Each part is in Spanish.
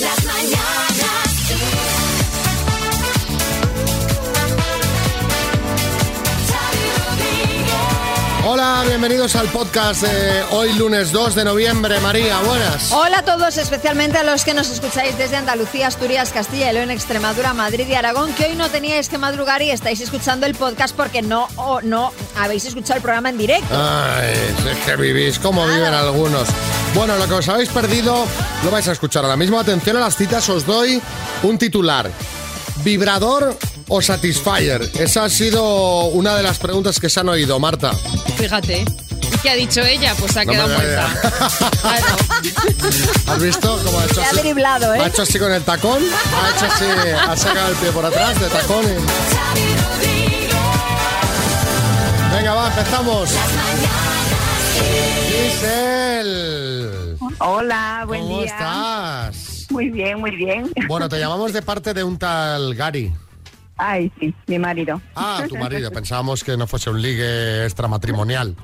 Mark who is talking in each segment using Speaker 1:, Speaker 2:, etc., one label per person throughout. Speaker 1: Las mañanas
Speaker 2: Hola, bienvenidos al podcast de hoy lunes 2 de noviembre. María, buenas.
Speaker 3: Hola a todos, especialmente a los que nos escucháis desde Andalucía, Asturias, Castilla y León, Extremadura, Madrid y Aragón, que hoy no teníais que madrugar y estáis escuchando el podcast porque no o no habéis escuchado el programa en directo.
Speaker 2: Ay, es que vivís como viven algunos. Bueno, lo que os habéis perdido lo vais a escuchar ahora mismo. Atención a las citas, os doy un titular. ¿Vibrador o Satisfyer? Esa ha sido una de las preguntas que se han oído, Marta.
Speaker 4: Fíjate. ¿Qué ha dicho ella? Pues ha
Speaker 2: No
Speaker 4: quedado
Speaker 2: me
Speaker 4: muerta. Ah, Claro.
Speaker 2: ¿Has visto cómo ha hecho
Speaker 3: Se ha
Speaker 2: así?
Speaker 3: driblado,
Speaker 2: Ha
Speaker 3: ¿eh?
Speaker 2: hecho así con el tacón, ha hecho así, ha sacado el pie por atrás de tacón. y-
Speaker 1: Xavi Rodríguez
Speaker 2: Venga, va, empezamos. Giselle.
Speaker 5: Hola, buen
Speaker 2: ¿Cómo
Speaker 5: día.
Speaker 2: estás?
Speaker 5: Muy bien, muy bien.
Speaker 2: Bueno, te llamamos de parte de un tal Gary.
Speaker 5: Ay, sí, mi marido.
Speaker 2: Ah, tu marido. Pensábamos que no fuese un ligue extramatrimonial.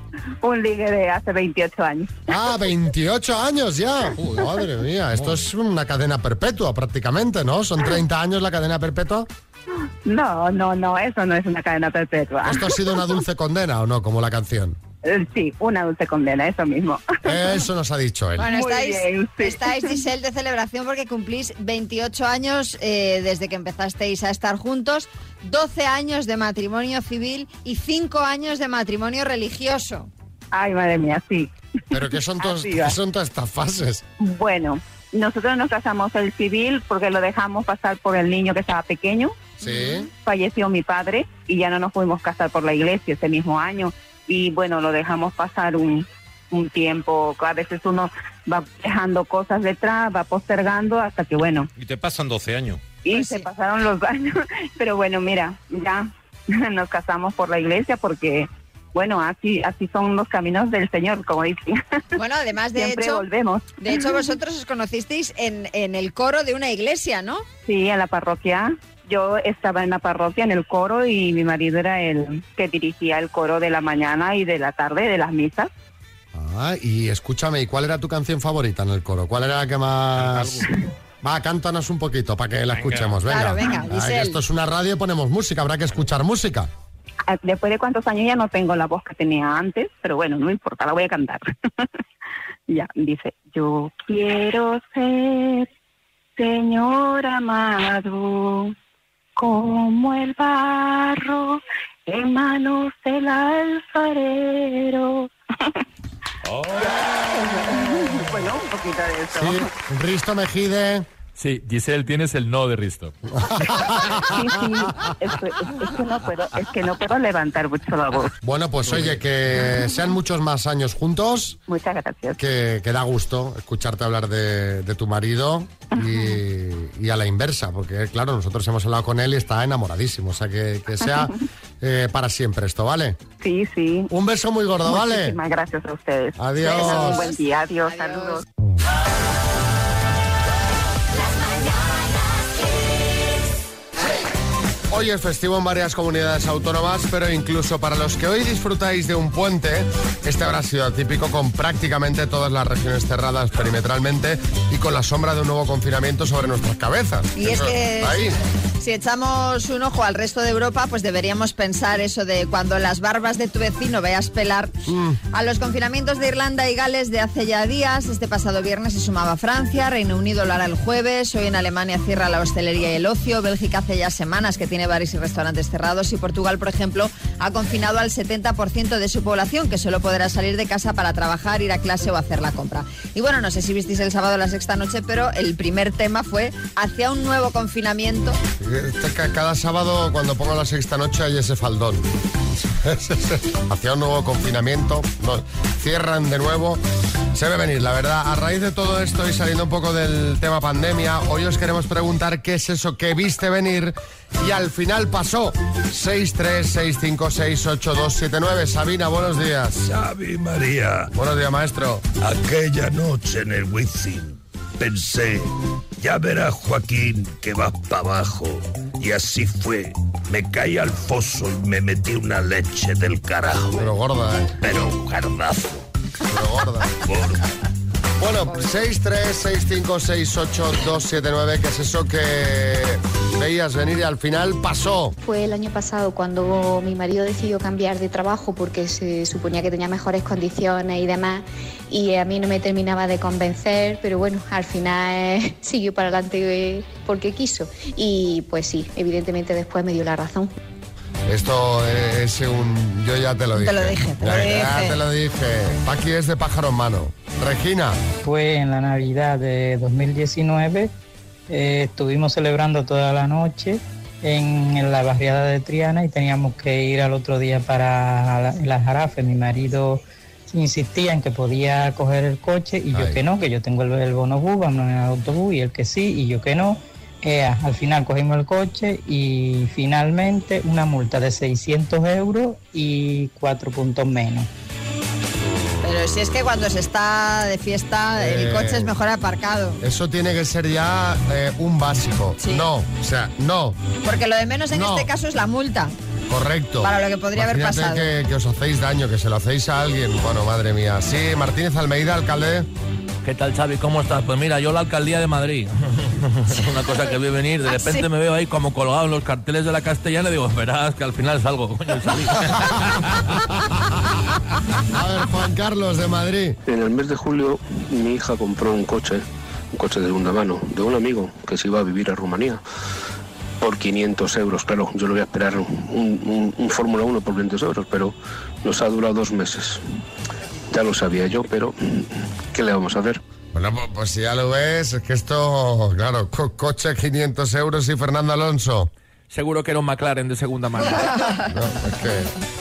Speaker 5: Un ligue de hace 28 años.
Speaker 2: Ah, 28 años ya. Uy, madre mía, esto es una cadena perpetua prácticamente, ¿no? Son 30 años la cadena perpetua.
Speaker 5: No, no, no, eso no es una cadena perpetua.
Speaker 2: ¿Esto ha sido una dulce condena o no, como la canción?
Speaker 5: Eh, Sí, una dulce condena, eso mismo.
Speaker 2: Eso nos ha dicho él.
Speaker 3: Bueno,
Speaker 5: Muy
Speaker 3: estáis,
Speaker 5: bien, sí.
Speaker 3: estáis, Giselle, de celebración porque cumplís 28 años eh, desde que empezasteis a estar juntos, 12 años de matrimonio civil y 5 años de matrimonio religioso.
Speaker 5: Ay, madre mía, sí.
Speaker 2: Pero ¿qué son, todas-
Speaker 5: Así va.
Speaker 2: qué son todas estas fases?
Speaker 5: Bueno, nosotros nos casamos el civil porque lo dejamos pasar por el niño que estaba pequeño.
Speaker 2: Sí.
Speaker 5: Falleció mi padre y ya no nos pudimos casar por la iglesia ese mismo año. Y bueno, lo dejamos pasar un, un tiempo. A veces uno va dejando cosas detrás, va postergando hasta que, bueno,
Speaker 6: Y te pasan 12 años.
Speaker 5: Y
Speaker 3: Pues
Speaker 5: se
Speaker 3: sí.
Speaker 5: pasaron los años. Pero bueno, mira, ya nos casamos por la iglesia porque, bueno, así, así son los caminos del Señor, como dicen.
Speaker 3: Bueno, además de
Speaker 5: Siempre
Speaker 3: hecho,
Speaker 5: volvemos.
Speaker 3: de hecho vosotros os conocisteis en, en el coro de una iglesia, ¿no?
Speaker 5: Sí, en la parroquia. Yo estaba en la parroquia, en el coro, y mi marido era el que dirigía el coro de la mañana y de la tarde, de las misas.
Speaker 2: Ah, y escúchame, ¿y cuál era tu canción favorita en el coro? ¿Cuál era la que más...? Va, cántanos un poquito para que la
Speaker 6: Venga.
Speaker 2: escuchemos, venga.
Speaker 3: Claro, venga,
Speaker 2: Ah, que
Speaker 3: Giselle.
Speaker 2: esto es una radio, ponemos música, habrá que escuchar música.
Speaker 5: Ah, Después de cuántos años ya no tengo la voz que tenía antes, pero bueno, no importa, la voy a cantar. ya, dice, yo quiero ser Señor amado, como el barro en manos del alfarero. bueno, un poquito de eso.
Speaker 2: Sí, Risto Mejide.
Speaker 7: Sí, Giselle, tienes el no de Risto.
Speaker 5: Sí, sí, es, que- es que no puedo, es que no puedo levantar mucho la voz.
Speaker 2: Bueno, pues oye, que sean muchos más años juntos,
Speaker 5: Muchas gracias.
Speaker 2: que, que da gusto escucharte hablar de, de tu marido y, y a la inversa, porque claro, nosotros hemos hablado con él y está enamoradísimo, o sea, que, que sea eh, para siempre esto, ¿vale?
Speaker 5: Sí, sí.
Speaker 2: Un beso muy gordo, ¿vale?
Speaker 5: Muchísimas gracias a ustedes.
Speaker 2: Adiós.
Speaker 5: Tengan Un buen día. Adiós.
Speaker 3: Adiós.
Speaker 5: Saludos.
Speaker 2: Hoy es festivo en varias comunidades autónomas, pero incluso para los que hoy disfrutáis de un puente, este habrá sido típico con prácticamente todas las regiones cerradas perimetralmente y con la sombra de un nuevo confinamiento sobre nuestras cabezas.
Speaker 3: Y es
Speaker 2: Eso,
Speaker 3: que
Speaker 2: ahí.
Speaker 3: si echamos un ojo al resto de Europa, pues deberíamos pensar eso de cuando las barbas de tu vecino veas pelar.
Speaker 2: Mm.
Speaker 3: A los confinamientos de Irlanda y Gales de hace ya días, este pasado viernes se sumaba Francia, Reino Unido lo hará el jueves, hoy en Alemania cierra la hostelería y el ocio, Bélgica hace ya semanas que tiene bares y restaurantes cerrados y Portugal, por ejemplo, ha confinado al 70% de su población que solo podrá salir de casa para trabajar, ir a clase o hacer la compra. Y bueno, no sé si visteis el sábado a la sexta noche, pero el primer tema fue hacia un nuevo confinamiento.
Speaker 2: Este ca- Cada sábado cuando pongo la sexta noche hay ese faldón. Hacia un nuevo confinamiento, nos cierran de nuevo. Se ve venir, la verdad. A raíz de todo esto y saliendo un poco del tema pandemia, hoy os queremos preguntar qué es eso que viste venir y al final pasó. 636568279. Sabina, buenos días.
Speaker 8: Xavi María,
Speaker 2: Buenos días, maestro.
Speaker 8: aquella noche en el Wizzing pensé, ya verás Joaquín que vas para abajo. Y así fue, me caí al foso y me metí una leche del carajo.
Speaker 2: Pero gorda, ¿eh?
Speaker 8: Pero un gardazo,
Speaker 2: Pero gorda.
Speaker 8: gordo.
Speaker 2: Bueno, 636568279, que es eso que veías venir y al final pasó.
Speaker 6: Fue el año pasado cuando mi marido decidió cambiar de trabajo porque se suponía que tenía mejores condiciones y demás y a mí no me terminaba de convencer, pero bueno, al final eh, siguió para adelante eh, porque quiso y pues sí, evidentemente después me dio la razón.
Speaker 2: Esto eh, es un... Yo ya te lo dije.
Speaker 3: Te lo dije, te lo
Speaker 2: Ya- Ya
Speaker 3: dije.
Speaker 2: te lo dije. Paqui es de pájaro en mano. Regina.
Speaker 9: Fue en la Navidad de 2019. eh, estuvimos celebrando toda la noche en, en la barriada de Triana y teníamos que ir al otro día para la, la Jarafe. Mi marido insistía en que podía coger el coche y yo
Speaker 2: Ay.
Speaker 9: que no, que yo tengo el, el bono bus, vamos en el autobús y él que sí y yo que no. Ea, al final cogimos el coche y finalmente una multa de 600 euros y cuatro puntos menos.
Speaker 3: Pero si es que cuando se está de fiesta,
Speaker 2: Eh.
Speaker 3: el coche es mejor aparcado.
Speaker 2: Eso tiene que ser ya eh, un básico.
Speaker 3: Sí.
Speaker 2: No, o sea, no.
Speaker 3: Porque lo de menos en
Speaker 2: No.
Speaker 3: este caso es la multa.
Speaker 2: Correcto.
Speaker 3: Para lo que podría haber
Speaker 2: Imagínate
Speaker 3: pasado.
Speaker 2: Que, que os hacéis daño, que se lo hacéis a alguien. Bueno, madre mía. Sí, Martínez Almeida, alcalde.
Speaker 10: ¿Qué tal, Xavi? ¿Cómo estás? Pues mira, yo la alcaldía de Madrid. Una cosa que vi venir. De
Speaker 3: Ah,
Speaker 10: repente
Speaker 3: sí.
Speaker 10: me veo ahí como colgado en los carteles de la castellana y digo, verás que al final salgo, coño, y salí.
Speaker 2: A ver, Juan Carlos de Madrid.
Speaker 11: En el mes de julio mi hija compró un coche, un coche de segunda mano, de un amigo que se iba a vivir a Rumanía por 500 euros. Claro, yo le voy a esperar un, un- un Fórmula 1 por 500 euros, pero nos ha durado dos meses. Ya lo sabía yo, pero ¿qué le vamos a hacer?
Speaker 2: Bueno, pues, pues si ya lo ves, es que esto, claro, co- coche 500 euros y Fernando Alonso.
Speaker 10: Seguro que era un McLaren de segunda mano.
Speaker 2: No, es que-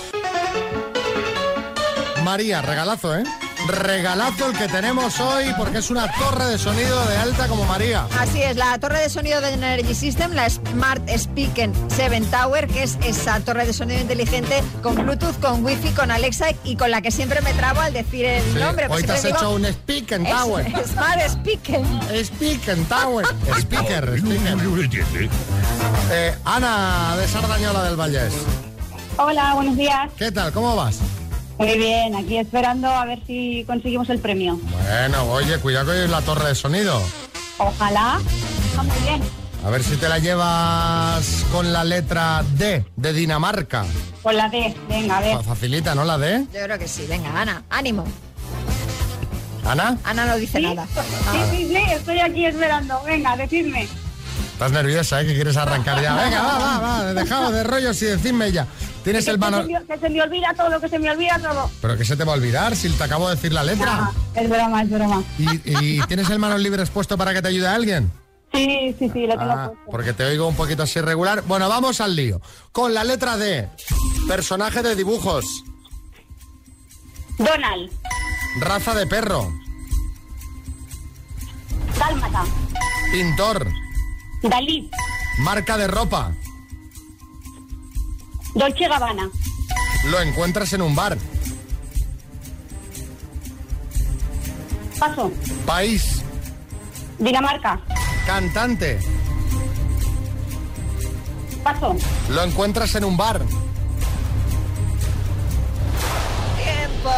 Speaker 2: María, regalazo, ¿eh? Regalazo el que tenemos hoy porque es una torre de sonido de alta como María.
Speaker 3: Así es, la torre de sonido de Energy System, la Smart Speaker 7 Tower, que es esa torre de sonido inteligente con Bluetooth, con Wi-Fi, con Alexa y con la que siempre me trabo al decir el
Speaker 2: Sí,
Speaker 3: nombre.
Speaker 2: hoy
Speaker 3: pues
Speaker 2: te has
Speaker 3: siempre
Speaker 2: hecho
Speaker 3: digo,
Speaker 2: un speak and
Speaker 3: "Es-
Speaker 2: tower.
Speaker 3: Smart Speaker.
Speaker 2: Speak and tower. Speaker, speaker. Eh, Ana de Sardañola del Vallés.
Speaker 5: Hola, buenos días.
Speaker 2: ¿Qué tal? ¿Cómo vas?
Speaker 5: Muy bien, aquí esperando a ver si conseguimos el premio.
Speaker 2: Bueno, oye, cuidado que hoy es la torre de sonido.
Speaker 5: Ojalá. Está muy bien.
Speaker 2: A ver si te la llevas con la letra D de Dinamarca.
Speaker 5: Con la D, venga, a ver.
Speaker 2: Fa- Facilita, ¿no? La D.
Speaker 3: Yo creo que sí, venga, Ana, ánimo.
Speaker 2: Ana,
Speaker 3: Ana no dice nada.
Speaker 5: Sí, sí, sí, estoy aquí esperando. Venga, decidme.
Speaker 2: estás nerviosa, ¿eh? Que quieres arrancar ya. Venga, va, va, va. Dejaos de rollos y decidme ya. Tienes
Speaker 5: Que
Speaker 2: el
Speaker 5: se
Speaker 2: mano...
Speaker 5: me- Que se me olvida todo, que se me olvida todo.
Speaker 2: Pero que se te va a olvidar si te acabo de decir la letra.
Speaker 5: Ah, es broma, es broma.
Speaker 2: ¿Y, y tienes el manos libres puesto para que te ayude a alguien?
Speaker 5: Sí, sí, sí, lo tengo
Speaker 2: Ah,
Speaker 5: puesto.
Speaker 2: porque te oigo un poquito así regular. Bueno, vamos al lío. Con la letra D. Personaje de dibujos.
Speaker 5: Donald,
Speaker 2: Raza de perro.
Speaker 5: Dálmata,
Speaker 2: Pintor.
Speaker 5: Dalí,
Speaker 2: Marca de ropa.
Speaker 5: Dolce Gabbana,
Speaker 2: Lo encuentras en un bar.
Speaker 5: Paso,
Speaker 2: País.
Speaker 5: Dinamarca,
Speaker 2: Cantante.
Speaker 5: Paso,
Speaker 2: Lo encuentras en un bar.
Speaker 3: ¡Tiempo!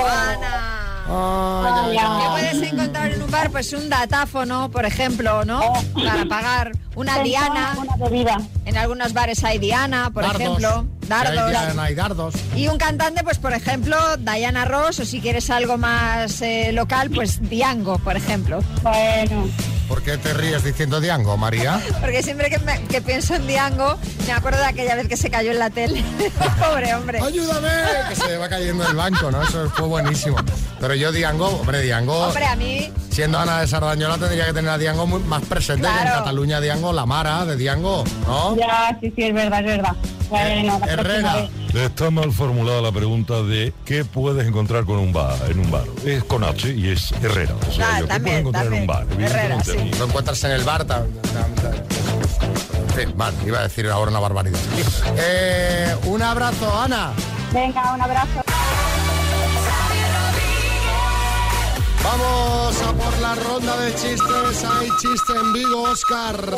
Speaker 3: Ana.
Speaker 2: Ay, ay,
Speaker 3: Oh. ¿Qué
Speaker 2: ay.
Speaker 3: puedes encontrar en un bar? Pues un datáfono, por ejemplo, ¿no? Para pagar una diana.
Speaker 5: una bebida.
Speaker 3: En algunos bares hay diana, por
Speaker 2: Dardos.
Speaker 3: ejemplo. Dardos.
Speaker 2: Hay, Diana, hay dardos.
Speaker 3: Y un cantante, pues por ejemplo, Diana Ross, o si quieres algo más eh, local, pues Diango, por ejemplo.
Speaker 5: Bueno,
Speaker 2: ¿Por qué te ríes diciendo Diango, María?
Speaker 3: Porque siempre que, me- que pienso en Diango, me acuerdo de aquella vez que se cayó en la tele. Pobre hombre.
Speaker 2: ¡Ayúdame! Que se va cayendo el banco, ¿no? Eso fue buenísimo. Pero yo Diango, hombre, Diango...
Speaker 3: Hombre, a mí,
Speaker 2: Siendo Ana de Sardañola tendría que tener a Diango muy- más presente que en
Speaker 3: Claro.
Speaker 2: Cataluña Diango, la Mara de Diango, ¿no? Eh,
Speaker 5: ya, sí, sí, es verdad, es verdad. Bueno, la próxima
Speaker 2: Herrera,
Speaker 5: vez.
Speaker 8: Está mal formulada la pregunta de qué puedes encontrar con un bar, en un bar. Es con H y es Herrera. O sea,
Speaker 3: Ah,
Speaker 8: yo, ¿qué
Speaker 3: también,
Speaker 8: puedes encontrar en un bar?
Speaker 3: también. Herrera,
Speaker 8: Evidentemente,
Speaker 2: lo encuentras en el bar. ta- ta- ta- En fin, vale, iba a decir ahora una barbaridad. Eh, un abrazo, Ana.
Speaker 5: Venga, un abrazo.
Speaker 2: Vamos a por la ronda de chistes. Hay chiste en vivo, Oscar.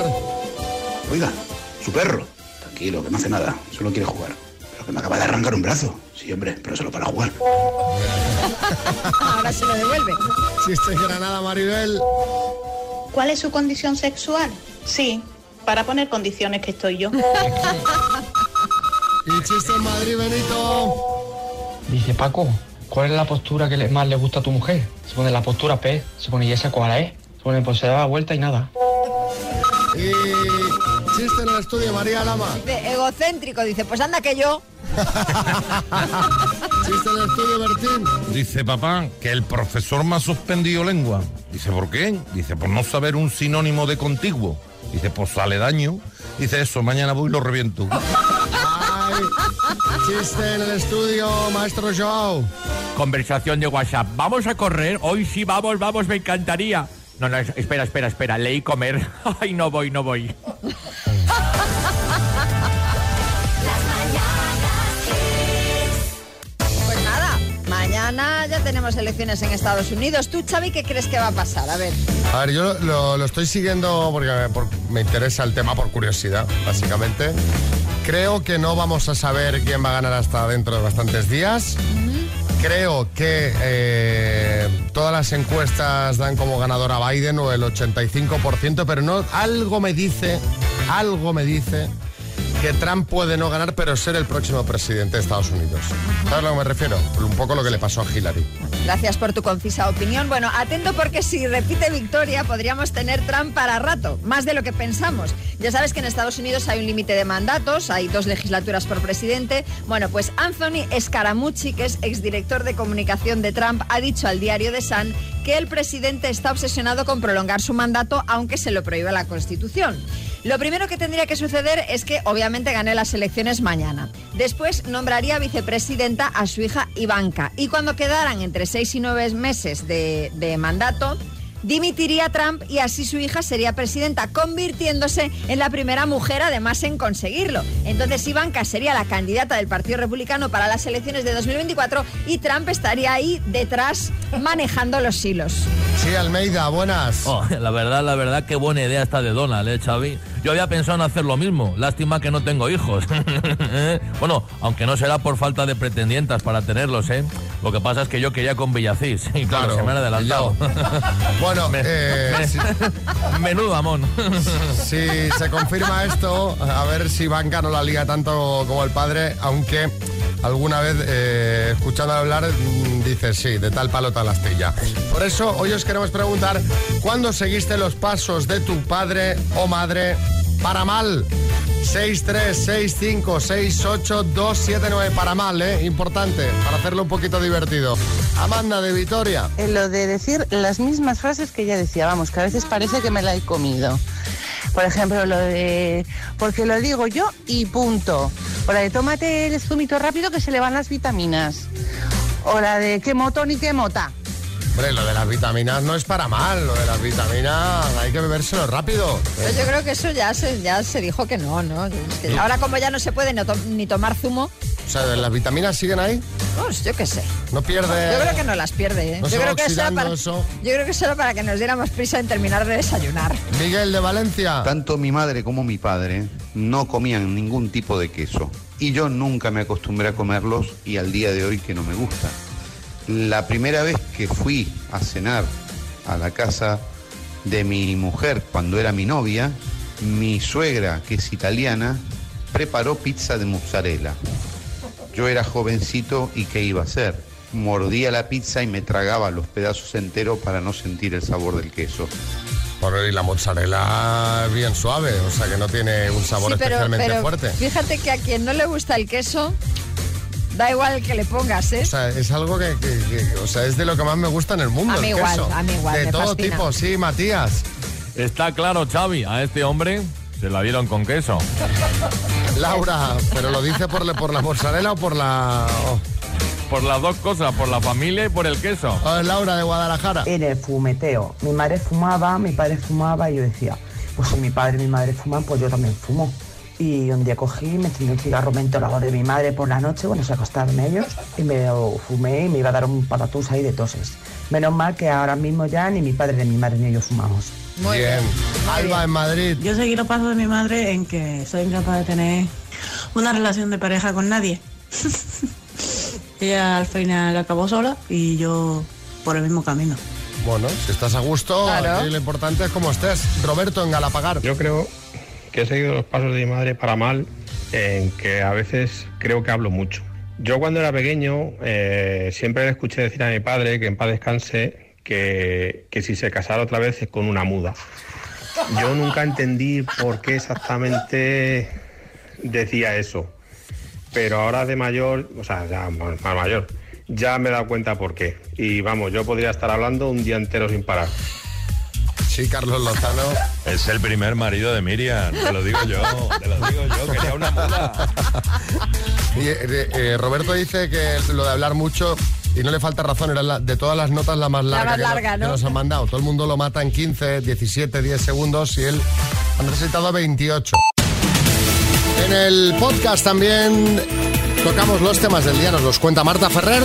Speaker 11: Oiga, su perro. Tranquilo, que no hace nada, solo quiere jugar. Pero que me acaba de arrancar un brazo. Si Sí, hombre, pero solo para jugar.
Speaker 3: Ahora se lo devuelve.
Speaker 2: Si estoy en Granada, Maribel.
Speaker 12: ¿Cuál es su condición sexual? Sí, para poner condiciones que estoy yo.
Speaker 2: Y chiste en Madrid, Benito.
Speaker 13: Dice Paco, ¿cuál es la postura que le- más le gusta a tu mujer? Se pone la postura P, se pone y esa cuál es. Se pone pues se da la vuelta y nada.
Speaker 2: Y chiste en el estudio, María Lama.
Speaker 3: Dice, egocéntrico, dice, pues anda que yo.
Speaker 2: Chiste en el estudio, Bertín.
Speaker 14: Dice papá que el profesor me ha suspendido lengua. Dice, ¿por qué? Dice, por no saber un sinónimo de contiguo. Dice, pues sale daño. Dice, eso, mañana voy y lo reviento.
Speaker 2: Ay, chiste en el estudio, maestro Joao.
Speaker 15: Conversación de WhatsApp. Vamos a correr. Hoy sí, vamos, vamos, me encantaría. No, no, espera, espera, espera. Leí comer. Ay, no voy, no voy.
Speaker 3: Pues nada, mañana ya tenemos elecciones en Estados Unidos. Tú, Xavi, ¿qué crees que va a pasar? A ver.
Speaker 2: A ver, yo lo, lo estoy siguiendo porque me, por- me interesa el tema por curiosidad, básicamente. Creo que no vamos a saber quién va a ganar hasta dentro de bastantes días. Creo que eh, todas las encuestas dan como ganador a Biden o el 85%, pero no, algo me dice, algo me dice que Trump puede no ganar, pero ser el próximo presidente de Estados Unidos. ¿Sabes a lo que me refiero? Un poco lo que le pasó a Hillary.
Speaker 3: Gracias por tu concisa opinión. Bueno, atento porque si repite victoria podríamos tener Trump para rato, más de lo que pensamos. Ya sabes que en Estados Unidos hay un límite de mandatos, hay dos legislaturas por presidente. Bueno, pues Anthony Scaramucci, que es exdirector de comunicación de Trump, ha dicho al diario The Sun que el presidente está obsesionado con prolongar su mandato aunque se lo prohíba la Constitución. Lo primero que tendría que suceder es que obviamente gane las elecciones mañana. Después nombraría vicepresidenta a su hija Ivanka. Y cuando quedaran entre seis y nueve meses de, de mandato, dimitiría Trump y así su hija sería presidenta, convirtiéndose en la primera mujer además en conseguirlo. Entonces Ivanka sería la candidata del Partido Republicano para las elecciones de 2024 y Trump estaría ahí detrás manejando los hilos.
Speaker 2: Sí, Almeida, buenas.
Speaker 10: Oh, la verdad, la verdad, qué buena idea esta de Donald, ¿eh, Xavi? Yo había pensado en hacer lo mismo. Lástima que no tengo hijos. bueno, aunque no será por falta de pretendientas para tenerlos, ¿eh? Lo que pasa es que yo quería con Villacís. Y claro,
Speaker 2: Claro,
Speaker 10: se me han adelantado.
Speaker 2: bueno, eh,
Speaker 10: menudo amón.
Speaker 2: si se confirma esto, a ver si Banca no la liga tanto como el padre, aunque alguna vez eh, escuchando hablar mm, dices sí, de tal palo tal astilla. Por eso hoy os queremos preguntar, ¿cuándo seguiste los pasos de tu padre o madre para mal? 636568279 para mal, ¿eh? Importante, para hacerlo un poquito divertido. Amanda de Vitoria.
Speaker 16: En Eh, lo de decir las mismas frases que ella decía, vamos, que a veces parece que me la he comido. Por ejemplo, lo de porque lo digo yo y punto. O la de tómate el zumito rápido que se le van las vitaminas. O la de qué moto ni qué mota.
Speaker 2: Hombre, lo de las vitaminas no es para mal, lo de las vitaminas hay que bebérselo rápido.
Speaker 3: Pero Pues yo creo que eso ya se, ya se dijo que no, ¿no? Es que
Speaker 2: Sí.
Speaker 3: ahora como ya no se puede no to- ni tomar zumo,
Speaker 2: O sea, ¿las vitaminas siguen ahí?
Speaker 3: pues yo qué sé.
Speaker 2: No pierde...
Speaker 3: Yo creo que no las pierde, ¿eh?
Speaker 2: Pues No se
Speaker 3: yo,
Speaker 2: va
Speaker 3: creo que eso era
Speaker 2: oxidando
Speaker 3: para,
Speaker 2: eso.
Speaker 3: yo creo que eso era para que nos diéramos prisa en terminar de desayunar.
Speaker 2: Miguel de Valencia.
Speaker 17: Tanto mi madre como mi padre no comían ningún tipo de queso. Y yo nunca me acostumbré a comerlos y al día de hoy que no me gusta. La primera vez que fui a cenar a la casa de mi mujer cuando era mi novia, mi suegra, que es italiana, preparó pizza de mozzarella. Yo era jovencito y ¿qué iba a hacer? Mordía la pizza y me tragaba los pedazos enteros para no sentir el sabor del queso.
Speaker 2: Por y la mozzarella bien suave, o sea que no tiene un sabor
Speaker 3: Sí, pero,
Speaker 2: especialmente
Speaker 3: pero
Speaker 2: fuerte.
Speaker 3: fíjate que a quien no le gusta el queso, da igual que le pongas, ¿eh?
Speaker 2: O sea, es algo que, que- que- o sea, es de lo que más me gusta en el mundo.
Speaker 3: A mí
Speaker 2: el
Speaker 3: igual,
Speaker 2: queso.
Speaker 3: a mí igual,
Speaker 2: De
Speaker 3: me
Speaker 2: todo
Speaker 3: fascina.
Speaker 2: tipo, sí, Matías.
Speaker 7: Está claro, Xavi, a este hombre se la dieron con queso.
Speaker 2: Laura, pero lo dice por, la- por la mozzarella o por la... oh, o-
Speaker 7: Por las dos cosas, por la familia y por el queso.
Speaker 2: A ver, oh, Laura de Guadalajara.
Speaker 3: Eh,
Speaker 18: En el fumeteo. Mi madre fumaba, mi padre fumaba y yo decía, pues si mi padre y mi madre fuman, pues yo también fumo. Y un día cogí, me encendí un cigarro mentolado de mi madre por la noche, bueno, se acostaron ellos, y me lo fumé y me iba a dar un patatús ahí de toses. Menos mal que ahora mismo ya ni mi padre, ni mi madre, ni yo fumamos.
Speaker 2: Muy bien. Alba en Madrid.
Speaker 19: Yo seguí los pasos de mi madre en que soy incapaz de tener una relación de pareja con nadie. Ella al final acabó sola y yo por el mismo camino.
Speaker 2: Bueno, si estás a gusto,
Speaker 19: Claro.
Speaker 2: aquí lo importante es cómo estés. Roberto, en Galapagar.
Speaker 20: Yo creo que he seguido los pasos de mi madre para mal, en que a veces creo que hablo mucho. Yo cuando era pequeño eh, siempre le escuché decir a mi padre que en paz descanse que, que si se casara otra vez es con una muda. Yo nunca entendí por qué exactamente decía eso, pero ahora de mayor, o sea, ya más más mayor, ya me he dado cuenta por qué. Y vamos, yo podría estar hablando un día entero sin parar.
Speaker 2: Sí, Carlos Lozano.
Speaker 14: Es el primer marido de Miriam, te lo digo yo, te lo digo yo, quería una muda.
Speaker 2: Y, eh, eh, Roberto dice que lo de hablar mucho, y no le falta razón, era la- de todas las notas la más larga,
Speaker 3: La más
Speaker 2: que no-
Speaker 3: larga,
Speaker 2: que
Speaker 3: ¿no?
Speaker 2: nos han mandado. Todo el mundo lo mata en 15, 17, 10 segundos y él han recitado 28. En el podcast también tocamos los temas del día, nos los cuenta Marta Ferrer.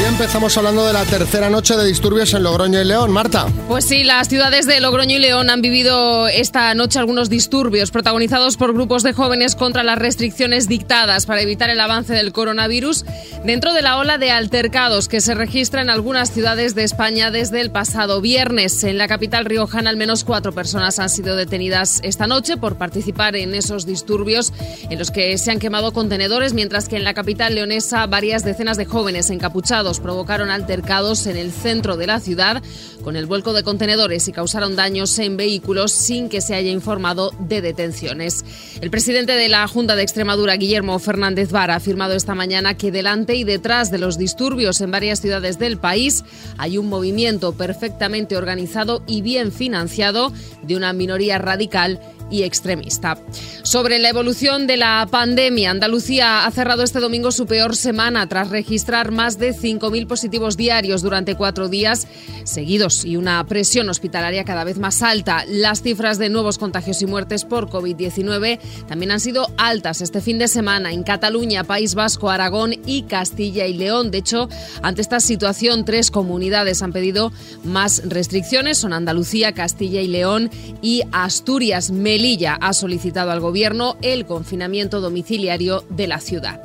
Speaker 2: Y empezamos hablando de la tercera noche de disturbios en Logroño y León. Marta.
Speaker 4: Pues sí, las ciudades de Logroño y León han vivido esta noche algunos disturbios protagonizados por grupos de jóvenes contra las restricciones dictadas para evitar el avance del coronavirus dentro de la ola de altercados que se registra en algunas ciudades de España desde el pasado viernes. En la capital riojana al menos cuatro personas han sido detenidas esta noche por participar en esos disturbios en los que se han quemado contenedores, mientras que en la capital leonesa varias decenas de jóvenes encapuchados provocaron altercados en el centro de la ciudad con el vuelco de contenedores y causaron daños en vehículos sin que se haya informado de detenciones. El presidente de la Junta de Extremadura, Guillermo Fernández Vara, ha afirmado esta mañana que delante y detrás de los disturbios en varias ciudades del país hay un movimiento perfectamente organizado y bien financiado de una minoría radical y extremista. Sobre la evolución de la pandemia, Andalucía ha cerrado este domingo su peor semana tras registrar más de 5.000 positivos diarios durante cuatro días seguidos y una presión hospitalaria cada vez más alta. Las cifras de nuevos contagios y muertes por COVID-19 también han sido altas este fin de semana en Cataluña, País Vasco, Aragón y Castilla y León. De hecho, ante esta situación, tres comunidades han pedido más restricciones. Son Andalucía, Castilla y León y Asturias. Melilla ha solicitado al Gobierno el confinamiento domiciliario de la ciudad.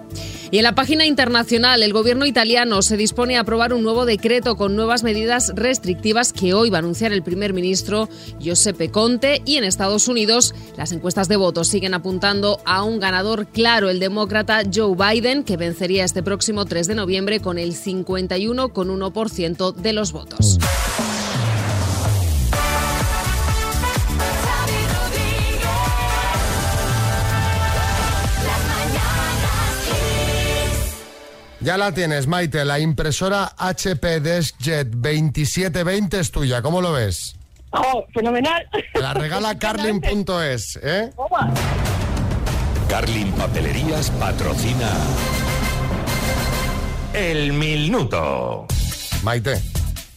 Speaker 4: Y en la página internacional, el gobierno italiano se dispone a aprobar un nuevo decreto con nuevas medidas restrictivas que hoy va a anunciar el primer ministro Giuseppe Conte. Y en Estados Unidos, las encuestas de votos siguen apuntando a un ganador claro, el demócrata Joe Biden, que vencería este próximo 3 de noviembre con el 51,1% de los votos.
Speaker 2: Ya la tienes, Maite. La impresora HP DeskJet 2720 es tuya. ¿Cómo lo ves?
Speaker 21: ¡Oh, fenomenal!
Speaker 2: Te la regala carlin.es, ¿eh?
Speaker 22: Carlin Papelerías patrocina El Minuto.
Speaker 2: Maite,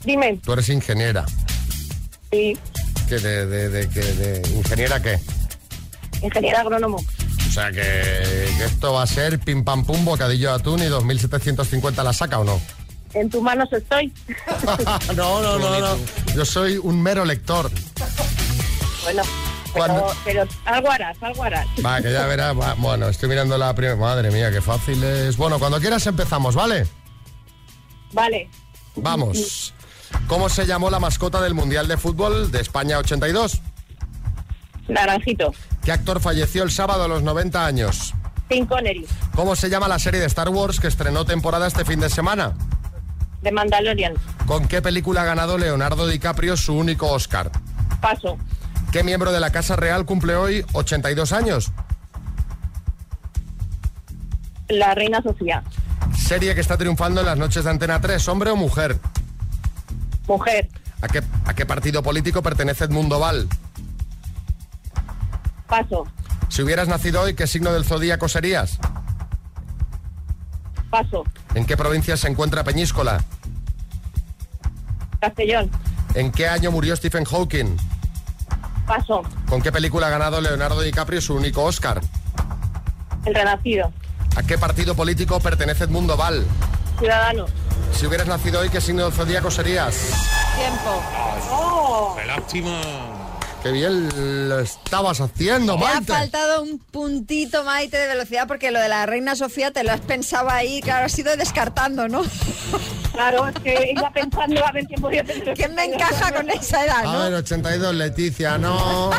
Speaker 21: Dime,
Speaker 2: tú eres ingeniera.
Speaker 21: sí,
Speaker 2: ¿Qué de, de- de- que de- ¿Ingeniera qué?
Speaker 21: ingeniero agrónomo.
Speaker 2: O sea que, que esto va a ser pim pam pum, bocadillo de atún y 2750 la saca o no.
Speaker 21: En tus manos estoy.
Speaker 2: no, no, no, no. Yo soy un mero lector.
Speaker 21: Bueno,
Speaker 2: Cuando-
Speaker 21: pero, pero algo harás, algo harás.
Speaker 2: Va, que ya verás. va, bueno, estoy mirando la primera. Madre mía, qué fácil es. Bueno, cuando quieras empezamos, ¿vale?
Speaker 21: Vale,
Speaker 2: Vamos. ¿Cómo se llamó la mascota del Mundial de Fútbol de España 82?
Speaker 21: naranjito.
Speaker 2: ¿Qué actor falleció el sábado a los 90 años?
Speaker 21: Tim Connery,
Speaker 2: ¿Cómo se llama la serie de Star Wars que estrenó temporada este fin de semana?
Speaker 21: de Mandalorian.
Speaker 2: ¿Con qué película ha ganado Leonardo DiCaprio su único Oscar?
Speaker 21: Paso.
Speaker 2: ¿Qué miembro de la Casa Real cumple hoy 82 años?
Speaker 21: La reina Sofía,
Speaker 2: Serie que está triunfando en las noches de Antena 3, hombre o mujer.
Speaker 21: mujer,
Speaker 2: ¿A qué, a qué partido político pertenece Edmundo Val?
Speaker 21: paso,
Speaker 2: Si hubieras nacido hoy, ¿qué signo del zodíaco serías?
Speaker 21: paso,
Speaker 2: ¿En qué provincia se encuentra Peñíscola?
Speaker 21: Castellón,
Speaker 2: ¿En qué año murió Stephen Hawking?
Speaker 21: paso,
Speaker 2: ¿Con qué película ha ganado Leonardo DiCaprio su único Oscar?
Speaker 21: el renacido,
Speaker 2: ¿A qué partido político pertenece Edmundo Val?
Speaker 21: ciudadano.
Speaker 2: Si hubieras nacido hoy, ¿qué signo del zodíaco serías?
Speaker 21: Tiempo.
Speaker 14: ¡Qué lástima!
Speaker 2: Qué bien lo estabas haciendo,
Speaker 3: Te ha
Speaker 2: Maite.
Speaker 3: faltado un puntito, Maite, de velocidad, porque lo de la reina Sofía te lo has pensado ahí, claro, has ido descartando, ¿no?
Speaker 21: Claro, es que iba pensando a ver quién podía tener.
Speaker 3: ¿Quién me encaja con esa edad,
Speaker 2: A
Speaker 3: no?
Speaker 2: ver, 82, Leticia, no. eh,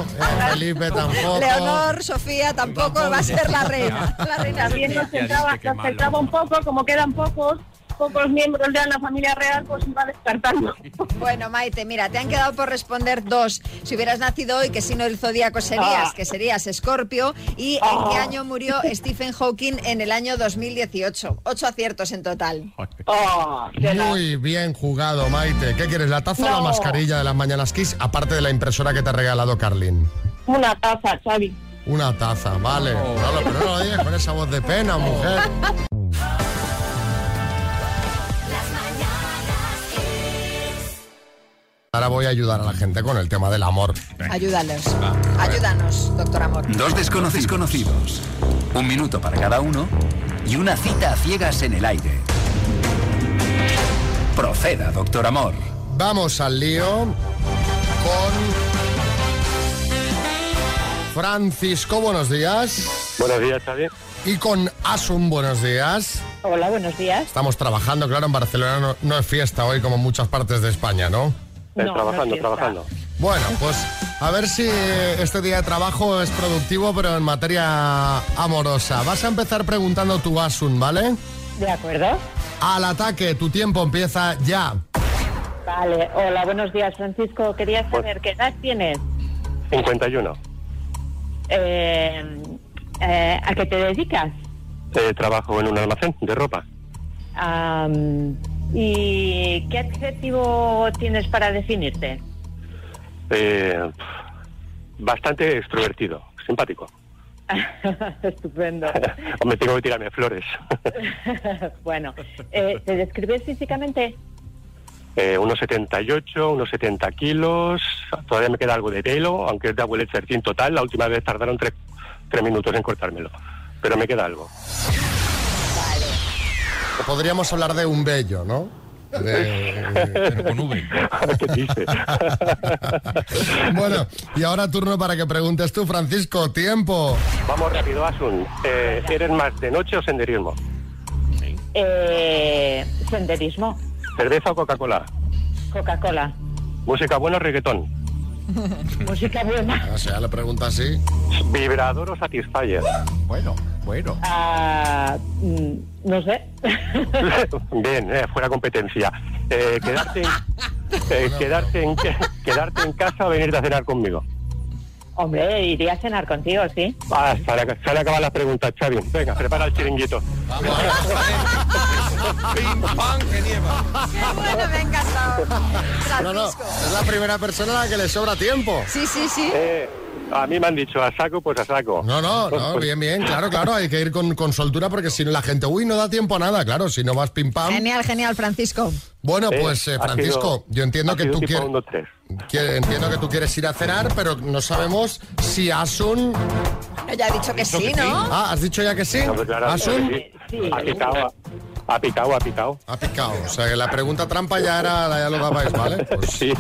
Speaker 2: Felipe tampoco.
Speaker 3: Leonor, Sofía, tampoco va a ser la reina. La reina
Speaker 21: También nos sentaba, nos sentaba un poco, como quedan pocos, pocos miembros de la familia real, pues iba descartando.
Speaker 3: Bueno, Maite, mira, te han quedado por responder dos. Si hubieras nacido hoy, ¿qué signo del zodíaco serías?
Speaker 21: Ah.
Speaker 3: Que serías Escorpio. ¿Y en qué año murió Stephen Hawking? En el año 2018. Ocho aciertos en total.
Speaker 6: Ah,
Speaker 2: Muy bien jugado, Maite. ¿Qué quieres, la taza o
Speaker 21: No.
Speaker 2: la mascarilla de las mañanas Kiss? Aparte de la impresora que te ha regalado Carlin.
Speaker 21: Una taza, Xavi.
Speaker 2: Una taza, vale. No, lo- pero no lo digas con esa voz de pena, mujer. Ahora voy a ayudar a la gente con el tema del amor.
Speaker 3: Ayúdanos. Ayúdanos, doctor amor.
Speaker 1: Dos desconocidos conocidos. Un minuto para cada uno y una cita a ciegas en el aire. Proceda, doctor Amor.
Speaker 2: Vamos al lío con Francisco, buenos días.
Speaker 6: Buenos días, Xavi.
Speaker 2: Y con Asun, buenos días.
Speaker 6: Hola, buenos días.
Speaker 2: Estamos trabajando, claro, en Barcelona no, no es fiesta hoy como en muchas partes de España, ¿no?
Speaker 6: Eh, trabajando, trabajando.
Speaker 2: Bueno, pues a ver si este día de trabajo es productivo, pero en materia amorosa. Vas a empezar preguntando tu Asun, ¿vale?
Speaker 6: De acuerdo.
Speaker 2: Al ataque, tu tiempo empieza ya.
Speaker 6: Vale, hola, buenos días, Francisco. Quería saber qué edad tienes, 51. eh, eh, a qué te dedicas Eh, trabajo en un almacén de ropa. Am, y qué adjetivo tienes para definirte. Eh, pf, bastante extrovertido, simpático. Estupendo. Me tengo que tirarme flores. bueno, eh, ¿te describes físicamente? Eh, unos 78, unos 70 kilos. Todavía me queda algo de pelo, aunque es de Abuelitzer total. La última vez tardaron tres, tres minutos en cortármelo. Pero me queda algo.
Speaker 2: Podríamos hablar de un bello, ¿no?
Speaker 6: Pero
Speaker 2: con bueno, y ahora turno para que preguntes tú, Francisco. Tiempo.
Speaker 6: Vamos rápido, Asun. Eh, ¿Eres más de noche o senderismo? eh, senderismo. ¿Cerveza o Coca-Cola? Coca-Cola. ¿Música buena o reggaetón? Música buena.
Speaker 2: O sea, la pregunta así.
Speaker 6: ¿Vibrador o Satisfyer?
Speaker 2: Bueno, bueno.
Speaker 6: Ah, no sé. Bien, eh, fuera competencia. Eh, quedarte, en, eh, quedarte, en, quedarte en casa o venirte a cenar conmigo. Hombre, iría a cenar contigo, sí. Ah, se han ac- se han acabado las preguntas, Xavi. Venga, prepara el chiringuito.
Speaker 2: Pim, pam, que nieva.
Speaker 3: bueno, me ha encantado.
Speaker 2: No, no, es la primera persona a la que le sobra tiempo.
Speaker 3: Sí, sí, sí.
Speaker 6: Eh, a mí me han dicho a saco, pues a saco.
Speaker 2: No, no, no, bien, bien, claro, claro, hay que ir con, con soltura porque si no la gente, uy, no da tiempo a nada, claro, si no vas pim pam.
Speaker 3: Genial, genial, Francisco.
Speaker 2: Bueno,
Speaker 6: Eh,
Speaker 2: pues eh,
Speaker 6: ha
Speaker 2: Francisco,
Speaker 6: sido-
Speaker 2: yo entiendo
Speaker 6: ha
Speaker 2: que
Speaker 6: sido
Speaker 2: tú
Speaker 6: tipo
Speaker 2: quieres,
Speaker 6: un, dos, tres.
Speaker 2: que- entiendo que tú quieres ir a cenar, pero no sabemos si Asun
Speaker 3: Bueno, ya he dicho que sí, ¿no?
Speaker 2: Ah, has dicho ya que sí.
Speaker 6: No, pues claro,
Speaker 2: Asun
Speaker 6: sí. Ha picado, ha- ha picado, ha picado.
Speaker 2: ha picado, o sea, que la pregunta trampa ya era la ya lo dabais, ¿vale? Pues,
Speaker 6: sí.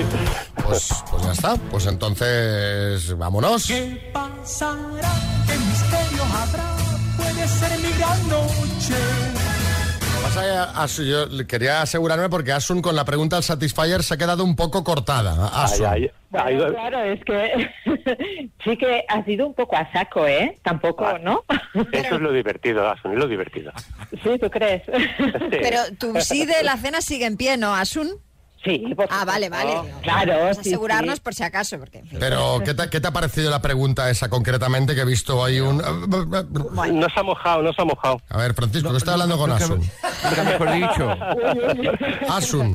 Speaker 2: Pues, pues ya está, pues entonces vámonos.
Speaker 23: pasará? ¿Qué misterio habrá? Puede ser mi gran noche.
Speaker 2: Pasa que Asun- yo quería asegurarme porque Asun con la pregunta al Satisfyer se ha quedado un poco cortada. Asun.
Speaker 6: Ay, ay, ay, Bueno, claro, es que sí que ha sido un poco a saco, ¿eh? Tampoco, ¿no? Eso es lo divertido, Asun, es lo divertido. Sí, ¿tú crees?
Speaker 3: Pero tu sí de la cena sigue en pie, ¿no, Asun?
Speaker 6: Sí.
Speaker 3: Ah, vale, vale.
Speaker 5: Oh,
Speaker 6: Claro,
Speaker 3: Vamos a
Speaker 6: sí,
Speaker 3: asegurarnos
Speaker 6: sí.
Speaker 3: por si acaso, porque...
Speaker 2: Pero, ¿qué te, qué te ha parecido la pregunta esa concretamente que he visto ahí un...
Speaker 6: No se ha mojado, no se ha mojado.
Speaker 2: A ver, Francisco, que estoy hablando con Asun.
Speaker 6: mejor dicho.
Speaker 2: Asun.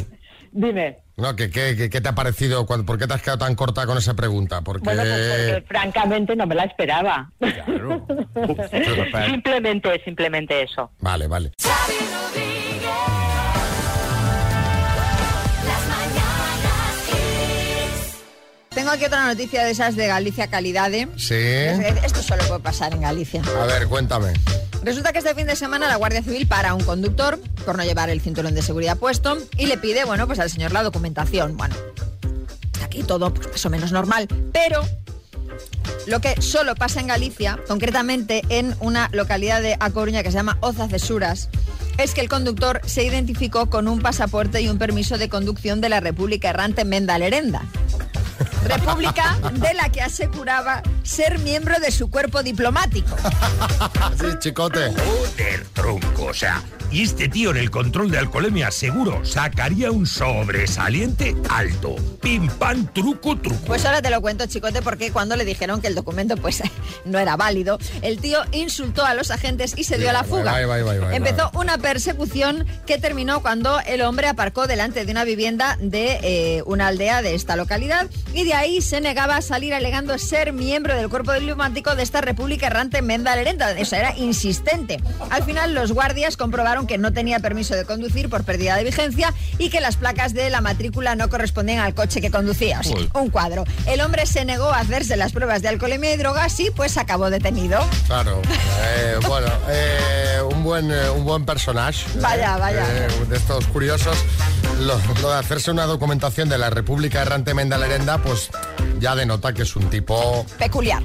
Speaker 6: Dime.
Speaker 2: No, que, que- que- ¿qué te ha parecido? cuan- ¿Por qué te has quedado tan corta con esa pregunta? Porque...
Speaker 6: Bueno, pues porque francamente no me la esperaba. simplemente, simplemente eso.
Speaker 2: Vale, vale.
Speaker 3: Tengo aquí otra noticia de esas de Galicia Calidade.
Speaker 2: Sí.
Speaker 3: Esto solo puede pasar en Galicia.
Speaker 2: A ver, cuéntame.
Speaker 3: Resulta que este fin de semana la Guardia Civil para a un conductor por no llevar el cinturón de seguridad puesto y le pide, bueno, pues al señor la documentación. Bueno, está aquí todo pues, más o menos normal, pero lo que solo pasa en Galicia, concretamente en una localidad de A Coruña que se llama Oza Cesuras, es que el conductor se identificó con un pasaporte y un permiso de conducción de la República Errante Mendalerenda. República de la que aseguraba ser miembro de su cuerpo diplomático.
Speaker 2: Sí, chicote.
Speaker 8: Joder, tronco, o sea, y este tío en el control de alcoholemia seguro sacaría un sobresaliente alto. Pim, pam, truco, truco.
Speaker 3: Pues ahora te lo cuento, chicote, porque cuando le dijeron que el documento pues no era válido, el tío insultó a los agentes y se dio a la fuga.
Speaker 2: Vai, vai, vai, vai,
Speaker 3: Empezó una persecución que terminó cuando el hombre aparcó delante de una vivienda de eh, una aldea de esta localidad y de ahí se negaba a salir alegando ser miembro del cuerpo diplomático de esta república errante mendalerenta. O sea, era insistente. Al final los guardias comprobaron que no tenía permiso de conducir por pérdida de vigencia y que las placas de la matrícula no correspondían al coche que conducía. O sea,
Speaker 2: Uy.
Speaker 3: un cuadro. El hombre se negó a hacerse las pruebas de alcoholemia y drogas y pues acabó detenido.
Speaker 2: Claro. Eh, bueno, eh, un buen eh, un buen personaje. eh,
Speaker 3: Vaya, vaya.
Speaker 2: eh, de estos curiosos. Lo, lo de hacerse una documentación de la República Errante Mendalerenda, pues ya denota que es un tipo
Speaker 3: Peculiar.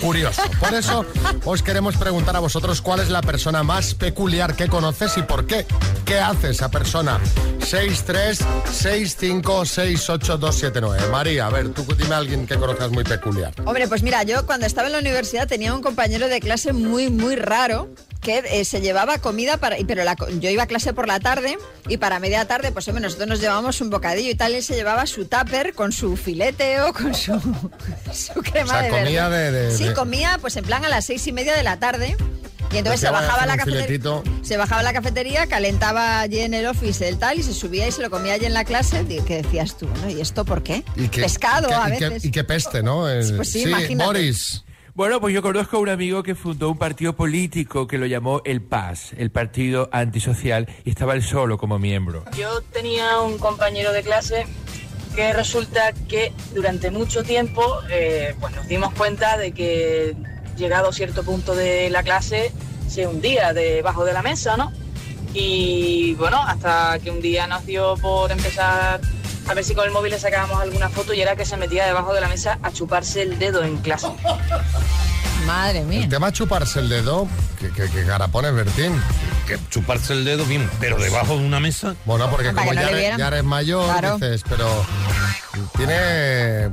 Speaker 2: curioso. Por eso os queremos preguntar a vosotros cuál es la persona más peculiar que conoces y por qué. ¿Qué hace esa persona? 636568279. María, a ver, tú dime a alguien que conozcas muy peculiar.
Speaker 3: Hombre, pues mira, yo cuando estaba en la universidad tenía un compañero de clase muy, muy raro que eh, se llevaba comida para... y- Pero la co- yo iba a clase por la tarde y para media tarde, pues hombre, nosotros nos llevábamos un bocadillo y tal, él se llevaba su tupper con su filete o con su, su crema
Speaker 2: O sea,
Speaker 3: de
Speaker 2: comía
Speaker 3: verde.
Speaker 2: de- de-
Speaker 3: Sí,
Speaker 2: de-
Speaker 3: comía pues en plan a las seis y media de la tarde y entonces se
Speaker 2: Hacía
Speaker 3: bajaba a la
Speaker 2: un
Speaker 3: cafetería.
Speaker 2: filetito.
Speaker 3: Se bajaba a la cafetería, calentaba allí en el office el tal y se subía y se lo comía allí en la clase. Di- ¿Qué decías tú? ¿no? ¿Y esto por qué?
Speaker 2: Y que-
Speaker 3: Pescado
Speaker 2: que-
Speaker 3: a
Speaker 2: y que-
Speaker 3: veces.
Speaker 2: Y que peste, ¿no? Eh,
Speaker 3: Pues sí, imagínate.
Speaker 2: Boris.
Speaker 15: Bueno, pues yo conozco a un amigo que fundó un partido político que lo llamó el PAS, el Partido Antisocial, y estaba él solo como miembro.
Speaker 19: Yo tenía un compañero de clase que resulta que durante mucho tiempo eh, pues nos dimos cuenta de que llegado a cierto punto de la clase se hundía debajo de la mesa, ¿no? Y bueno, hasta que un día nos dio por empezar a ver si con el móvil le sacábamos alguna foto y era que se metía debajo de la mesa a chuparse el dedo en clase.
Speaker 3: Madre mía.
Speaker 2: El tema chuparse el dedo, que, que, que garapones, Bertín.
Speaker 24: Que chuparse el dedo bien, pero debajo de una mesa.
Speaker 2: Bueno, porque
Speaker 24: Para
Speaker 2: como
Speaker 24: que no
Speaker 2: ya,
Speaker 24: le
Speaker 2: eres,
Speaker 24: vieran.
Speaker 2: ya eres mayor,
Speaker 24: Claro.
Speaker 2: dices, pero tiene.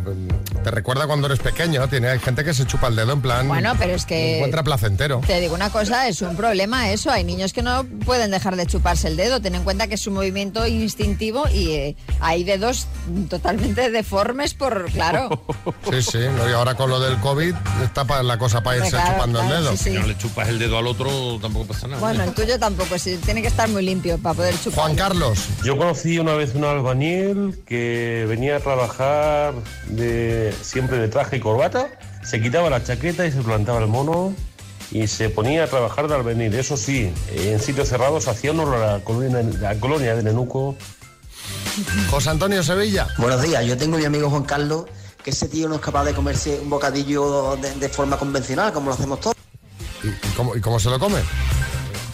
Speaker 2: Te recuerda cuando eres pequeño, tiene hay gente que se chupa el dedo en plan.
Speaker 3: Bueno, pero es
Speaker 2: lo
Speaker 3: que.
Speaker 2: encuentra placentero.
Speaker 3: Te digo una cosa, es un problema eso. Hay niños que no pueden dejar de chuparse el dedo. Ten en cuenta que es un movimiento instintivo y eh, hay dedos totalmente deformes por, claro.
Speaker 2: Sí, sí. no, Y ahora con lo del COVID está pa- la cosa para irse
Speaker 3: Claro,
Speaker 2: chupando
Speaker 3: claro,
Speaker 2: el dedo.
Speaker 3: sí, sí. Si no
Speaker 2: le
Speaker 24: chupas el dedo al otro, tampoco pasa nada.
Speaker 3: Bueno, el tuyo tampoco, sí, tiene que estar muy limpio para poder chupar.
Speaker 2: Juan Carlos.
Speaker 6: Yo conocí una vez un albañil que venía a trabajar de, siempre de traje y corbata, se quitaba la chaqueta y se plantaba el mono y se ponía a trabajar de albañil. Eso sí, en sitios cerrados hacía honor a la colonia, la colonia de Nenuco.
Speaker 2: José Antonio Sevilla.
Speaker 18: Buenos días, yo tengo mi amigo Juan Carlos, que ese tío no es capaz de comerse un bocadillo de, de forma convencional, como lo hacemos todos.
Speaker 2: ¿Y, y cómo, y cómo se lo come?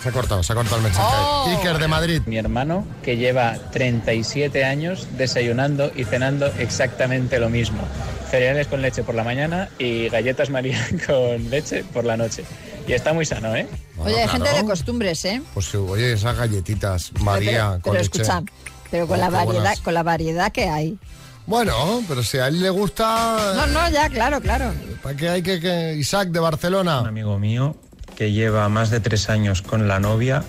Speaker 2: Se ha cortado, se ha cortado el mensaje.
Speaker 3: Oh.
Speaker 2: Iker de Madrid.
Speaker 25: Mi hermano, que lleva 37 años desayunando y cenando exactamente lo mismo. Cereales con leche por la mañana y galletas María con leche por la noche. Y está muy sano, ¿eh?
Speaker 3: Oye, hay gente de costumbres, ¿eh?
Speaker 2: Pues sí, oye, esas galletitas,
Speaker 3: pero,
Speaker 2: María,
Speaker 3: pero
Speaker 2: con leche.
Speaker 3: escucha, pero con
Speaker 2: Oh,
Speaker 3: la
Speaker 2: qué
Speaker 3: variedad,
Speaker 2: buenas.
Speaker 3: con la variedad que hay.
Speaker 2: Bueno, pero si a él le gusta...
Speaker 3: No, no, ya, claro, claro.
Speaker 2: ¿Para qué hay que, que- Isaac de Barcelona?
Speaker 10: amigo mío que lleva más de tres años con la novia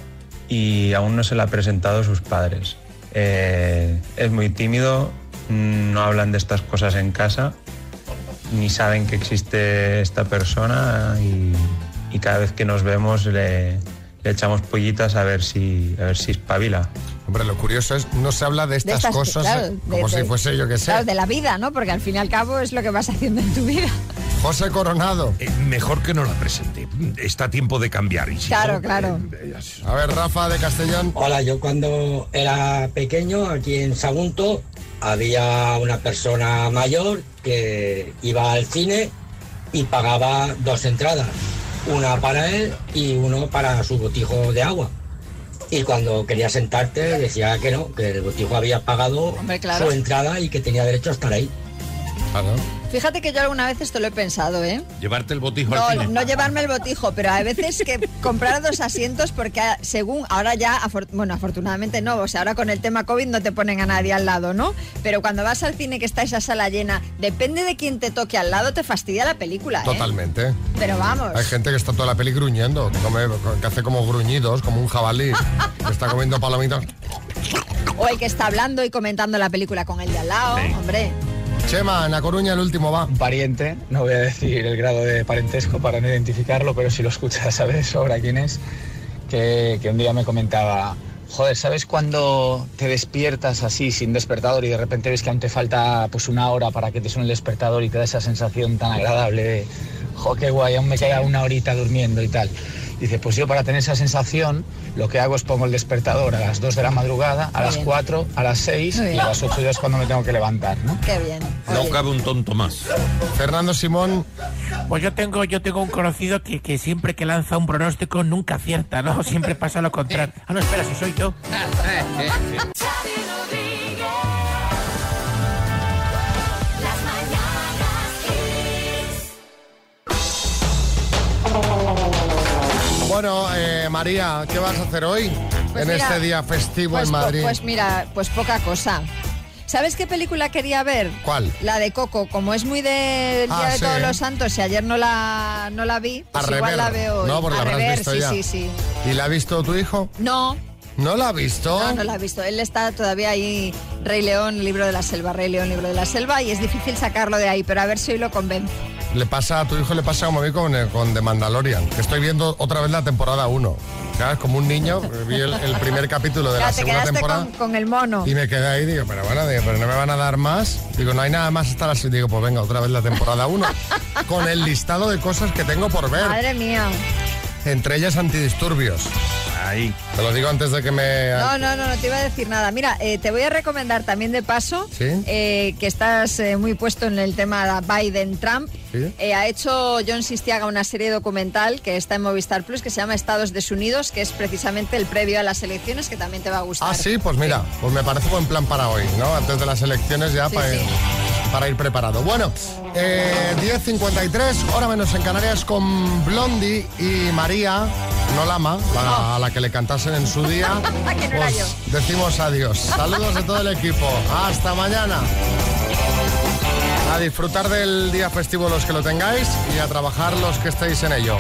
Speaker 10: y aún no se la ha presentado a sus padres. Eh, es muy tímido, mm, no hablan de estas cosas en casa, ni saben que existe esta persona y, y cada vez que nos vemos le, le echamos pollitas a ver si, a ver si espabila.
Speaker 2: Hombre, lo curioso es, no se habla de
Speaker 3: De
Speaker 2: estas, cosas
Speaker 3: claro,
Speaker 2: eh,
Speaker 3: de-
Speaker 2: como
Speaker 3: de-
Speaker 2: si fuese yo que sé.
Speaker 3: Claro, de la vida, ¿no? Porque al fin y al cabo es lo que vas haciendo en tu vida.
Speaker 2: José Coronado.
Speaker 8: mejor que no la presente. Está a tiempo de cambiar. y si
Speaker 3: Claro,
Speaker 8: no,
Speaker 3: claro.
Speaker 2: A ver, Rafa de
Speaker 3: ¿Eh?
Speaker 2: Castellón.
Speaker 26: Hola, yo cuando era pequeño aquí en Sagunto había una persona mayor que iba al cine y pagaba dos entradas, una para él y uno para su botijo de agua. Y cuando quería sentarte decía que no, que el botijo había pagado
Speaker 3: Hombre, claro.
Speaker 26: su entrada y que tenía derecho a estar ahí.
Speaker 2: Claro.
Speaker 3: Fíjate que yo alguna vez esto lo he pensado, ¿eh?
Speaker 14: Llevarte el botijo al
Speaker 3: No,
Speaker 14: cine.
Speaker 3: no llevarme el botijo, pero a veces que comprar dos asientos porque a- según ahora ya, afor- bueno, afortunadamente no, o sea, ahora con el tema COVID no te ponen a nadie al lado, ¿no? Pero cuando vas al cine que está esa sala llena, depende de quién te toque al lado, te fastidia la película, ¿eh?
Speaker 2: Totalmente.
Speaker 3: Pero vamos.
Speaker 2: Hay gente que está toda la peli gruñendo, que, come- que hace como gruñidos, como un jabalí, que está comiendo palomitas.
Speaker 3: O el que está hablando y comentando la película con el de al lado,
Speaker 2: Sí.
Speaker 3: hombre.
Speaker 2: Chema, en A Coruña el último va.
Speaker 10: Un pariente, no voy a decir el grado de parentesco para no identificarlo, pero si lo escuchas sabes de sobra quién es, que, que un día me comentaba, joder, ¿sabes cuando te despiertas así sin despertador y de repente ves que aún te falta pues una hora para que te suene el despertador y te da esa sensación tan agradable de, jo, qué guay, aún me queda una horita durmiendo y tal? Dice, pues yo para tener esa sensación lo que hago es pongo el despertador a las 2 de la madrugada, a
Speaker 3: Muy
Speaker 10: las
Speaker 3: bien.
Speaker 10: 4, a las 6
Speaker 3: Muy
Speaker 10: y
Speaker 3: bien.
Speaker 10: a las 8 ya es cuando me tengo que levantar, ¿no?
Speaker 3: Qué bien.
Speaker 14: No cabe un tonto más.
Speaker 2: Fernando Simón.
Speaker 11: Pues yo tengo, yo tengo un conocido que, que siempre que lanza un pronóstico nunca acierta, ¿no? Siempre pasa lo contrario. Ah, no, espera, si soy yo.
Speaker 2: Bueno, eh, María, ¿qué vas a hacer hoy?
Speaker 3: Pues
Speaker 2: en
Speaker 3: mira,
Speaker 2: este día festivo
Speaker 3: Pues
Speaker 2: en
Speaker 3: po-
Speaker 2: Madrid.
Speaker 3: Pues mira, pues poca cosa. ¿Sabes qué película quería ver?
Speaker 2: ¿Cuál?
Speaker 3: La de Coco. Como es muy del
Speaker 2: Ah,
Speaker 3: Día de
Speaker 2: sí.
Speaker 3: Todos los Santos y ayer no la, no la vi, pues
Speaker 2: A
Speaker 3: igual
Speaker 2: rever,
Speaker 3: la veo hoy.
Speaker 2: ¿no? Porque
Speaker 3: A
Speaker 2: la habrás
Speaker 3: rever,
Speaker 2: visto
Speaker 3: sí,
Speaker 2: ya.
Speaker 3: sí, sí.
Speaker 2: ¿Y la ha visto tu hijo?
Speaker 3: No,
Speaker 2: ¿No la ha visto?
Speaker 3: no, no la he visto. Él está todavía ahí, Rey León, Libro de la Selva, Rey León, Libro de la Selva, y es difícil sacarlo de ahí, pero a ver si hoy lo convenzo.
Speaker 2: Le pasa a tu hijo, le pasa como a mí con, el- con The Mandalorian, que estoy viendo otra vez la temporada 1. Claro, es como un niño, eh, vi el, el primer capítulo de
Speaker 3: Ya,
Speaker 2: la
Speaker 3: te
Speaker 2: segunda
Speaker 3: quedaste
Speaker 2: temporada.
Speaker 3: con, con el mono.
Speaker 2: Y me quedé ahí, digo, pero bueno, digo, pero no me van a dar más. Digo, no hay nada más hasta las... Digo, pues venga, otra vez la temporada 1. con el listado de cosas que tengo por ver.
Speaker 3: Madre mía.
Speaker 2: Entre ellas antidisturbios. Ahí. Te lo digo antes de que me...
Speaker 3: No, no, no, no te iba a decir nada. Mira, eh, te voy a recomendar también de paso
Speaker 2: ¿Sí?
Speaker 3: eh, que estás eh, muy puesto en el tema Biden-Trump.
Speaker 2: ¿Sí?
Speaker 3: Eh, ha hecho John Sistiaga una serie documental que está en Movistar Plus que se llama Estados desunidos, que es precisamente el previo a las elecciones que también te va a gustar.
Speaker 2: Ah, sí, pues mira, pues me parece buen plan para hoy, ¿no? Antes de las elecciones ya
Speaker 3: Sí,
Speaker 2: para,
Speaker 3: sí.
Speaker 2: para ir preparado. Bueno, eh, 10.53, hora menos en Canarias, con Blondie y María Nolama, la- a la que le cantasen en su día.
Speaker 3: Oh.
Speaker 2: pues
Speaker 3: Que no era yo.
Speaker 2: decimos adiós. Saludos de todo el equipo. Hasta mañana. A disfrutar del día festivo los que lo tengáis y a trabajar los que estéis en ello.